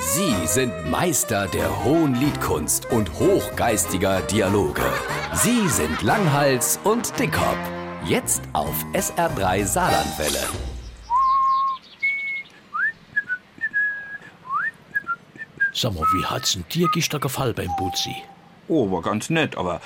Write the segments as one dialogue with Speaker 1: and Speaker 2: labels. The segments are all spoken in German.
Speaker 1: Sie sind Meister der hohen Liedkunst und hochgeistiger Dialoge. Sie sind Langhals und Dickhop. Jetzt auf SR3 Saarlandwelle.
Speaker 2: Sag mal, wie hat's denn dir gestern gefallen beim Butzi?
Speaker 3: Oh, war ganz nett, aber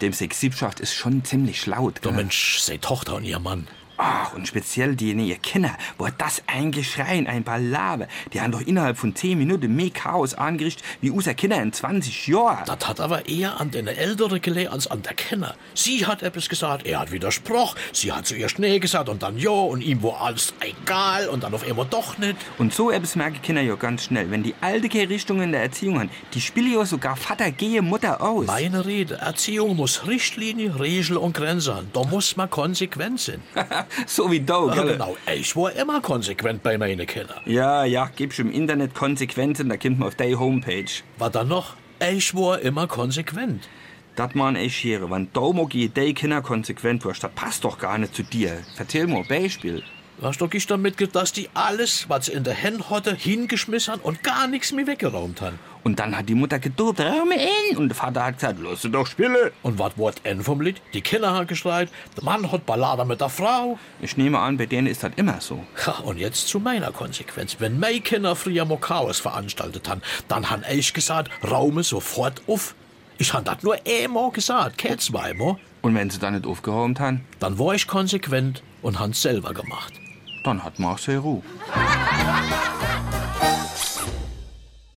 Speaker 3: dem Sechs-Siebschaft ist schon ziemlich laut.
Speaker 2: Der Mensch, seine Tochter und ihr Mann.
Speaker 3: Ach, und speziell diejenigen Kinder, wo das ein Geschrein, ein Ballave, die haben doch innerhalb von 10 Minuten mehr Chaos angerichtet wie unser Kinder in 20 Jahren.
Speaker 2: Das hat aber eher an den Älteren gelegen als an der Kenner. Sie hat etwas gesagt, er hat widersprochen, sie hat zuerst nee gesagt und dann ja und ihm war alles egal und dann auf einmal doch nicht.
Speaker 3: Und so etwas merken Kinder ja ganz schnell. Wenn die alte keine Richtung in der Erziehung haben, die spielen ja sogar Vater gehe Mutter aus.
Speaker 2: Meine Rede, Erziehung muss Richtlinie, Regel und Grenze haben. Da muss man konsequent sein.
Speaker 3: so wie du,
Speaker 2: Ja,
Speaker 3: gell?
Speaker 2: genau, ich war immer konsequent bei meinen Kindern.
Speaker 3: Ja, ja, gibst im Internet Konsequenzen, da kommt man auf deine Homepage.
Speaker 2: Was dann noch? Ich war immer konsequent.
Speaker 3: Das man echt Schere, wenn Domo geht, die Kinder konsequent wirst, das passt doch gar nicht zu dir. Vertell mal ein Beispiel.
Speaker 2: Hast du gestern mitgekriegt, dass die alles, was sie in der Hand hatte, hingeschmissen haben und gar nichts mehr weggeräumt haben?
Speaker 3: Und dann hat die Mutter gedurrt, räume in. Und der Vater hat gesagt, lass sie doch spielen.
Speaker 2: Und was war das Ende vom Lied? Die Kinder haben geschreit, der Mann hat Ballade mit der Frau.
Speaker 3: Ich nehme an, bei denen ist das immer so.
Speaker 2: Ha, und jetzt zu meiner Konsequenz. Wenn meine Kinder früher mal Chaos veranstaltet haben, dann han ich gesagt, raume sofort auf. Ich han das nur einmal gesagt, kein zweimal.
Speaker 3: Und wenn sie dann nicht aufgeräumt haben,
Speaker 2: Dann war ich konsequent und han selber gemacht.
Speaker 3: dann hat man auch seine Ruhe.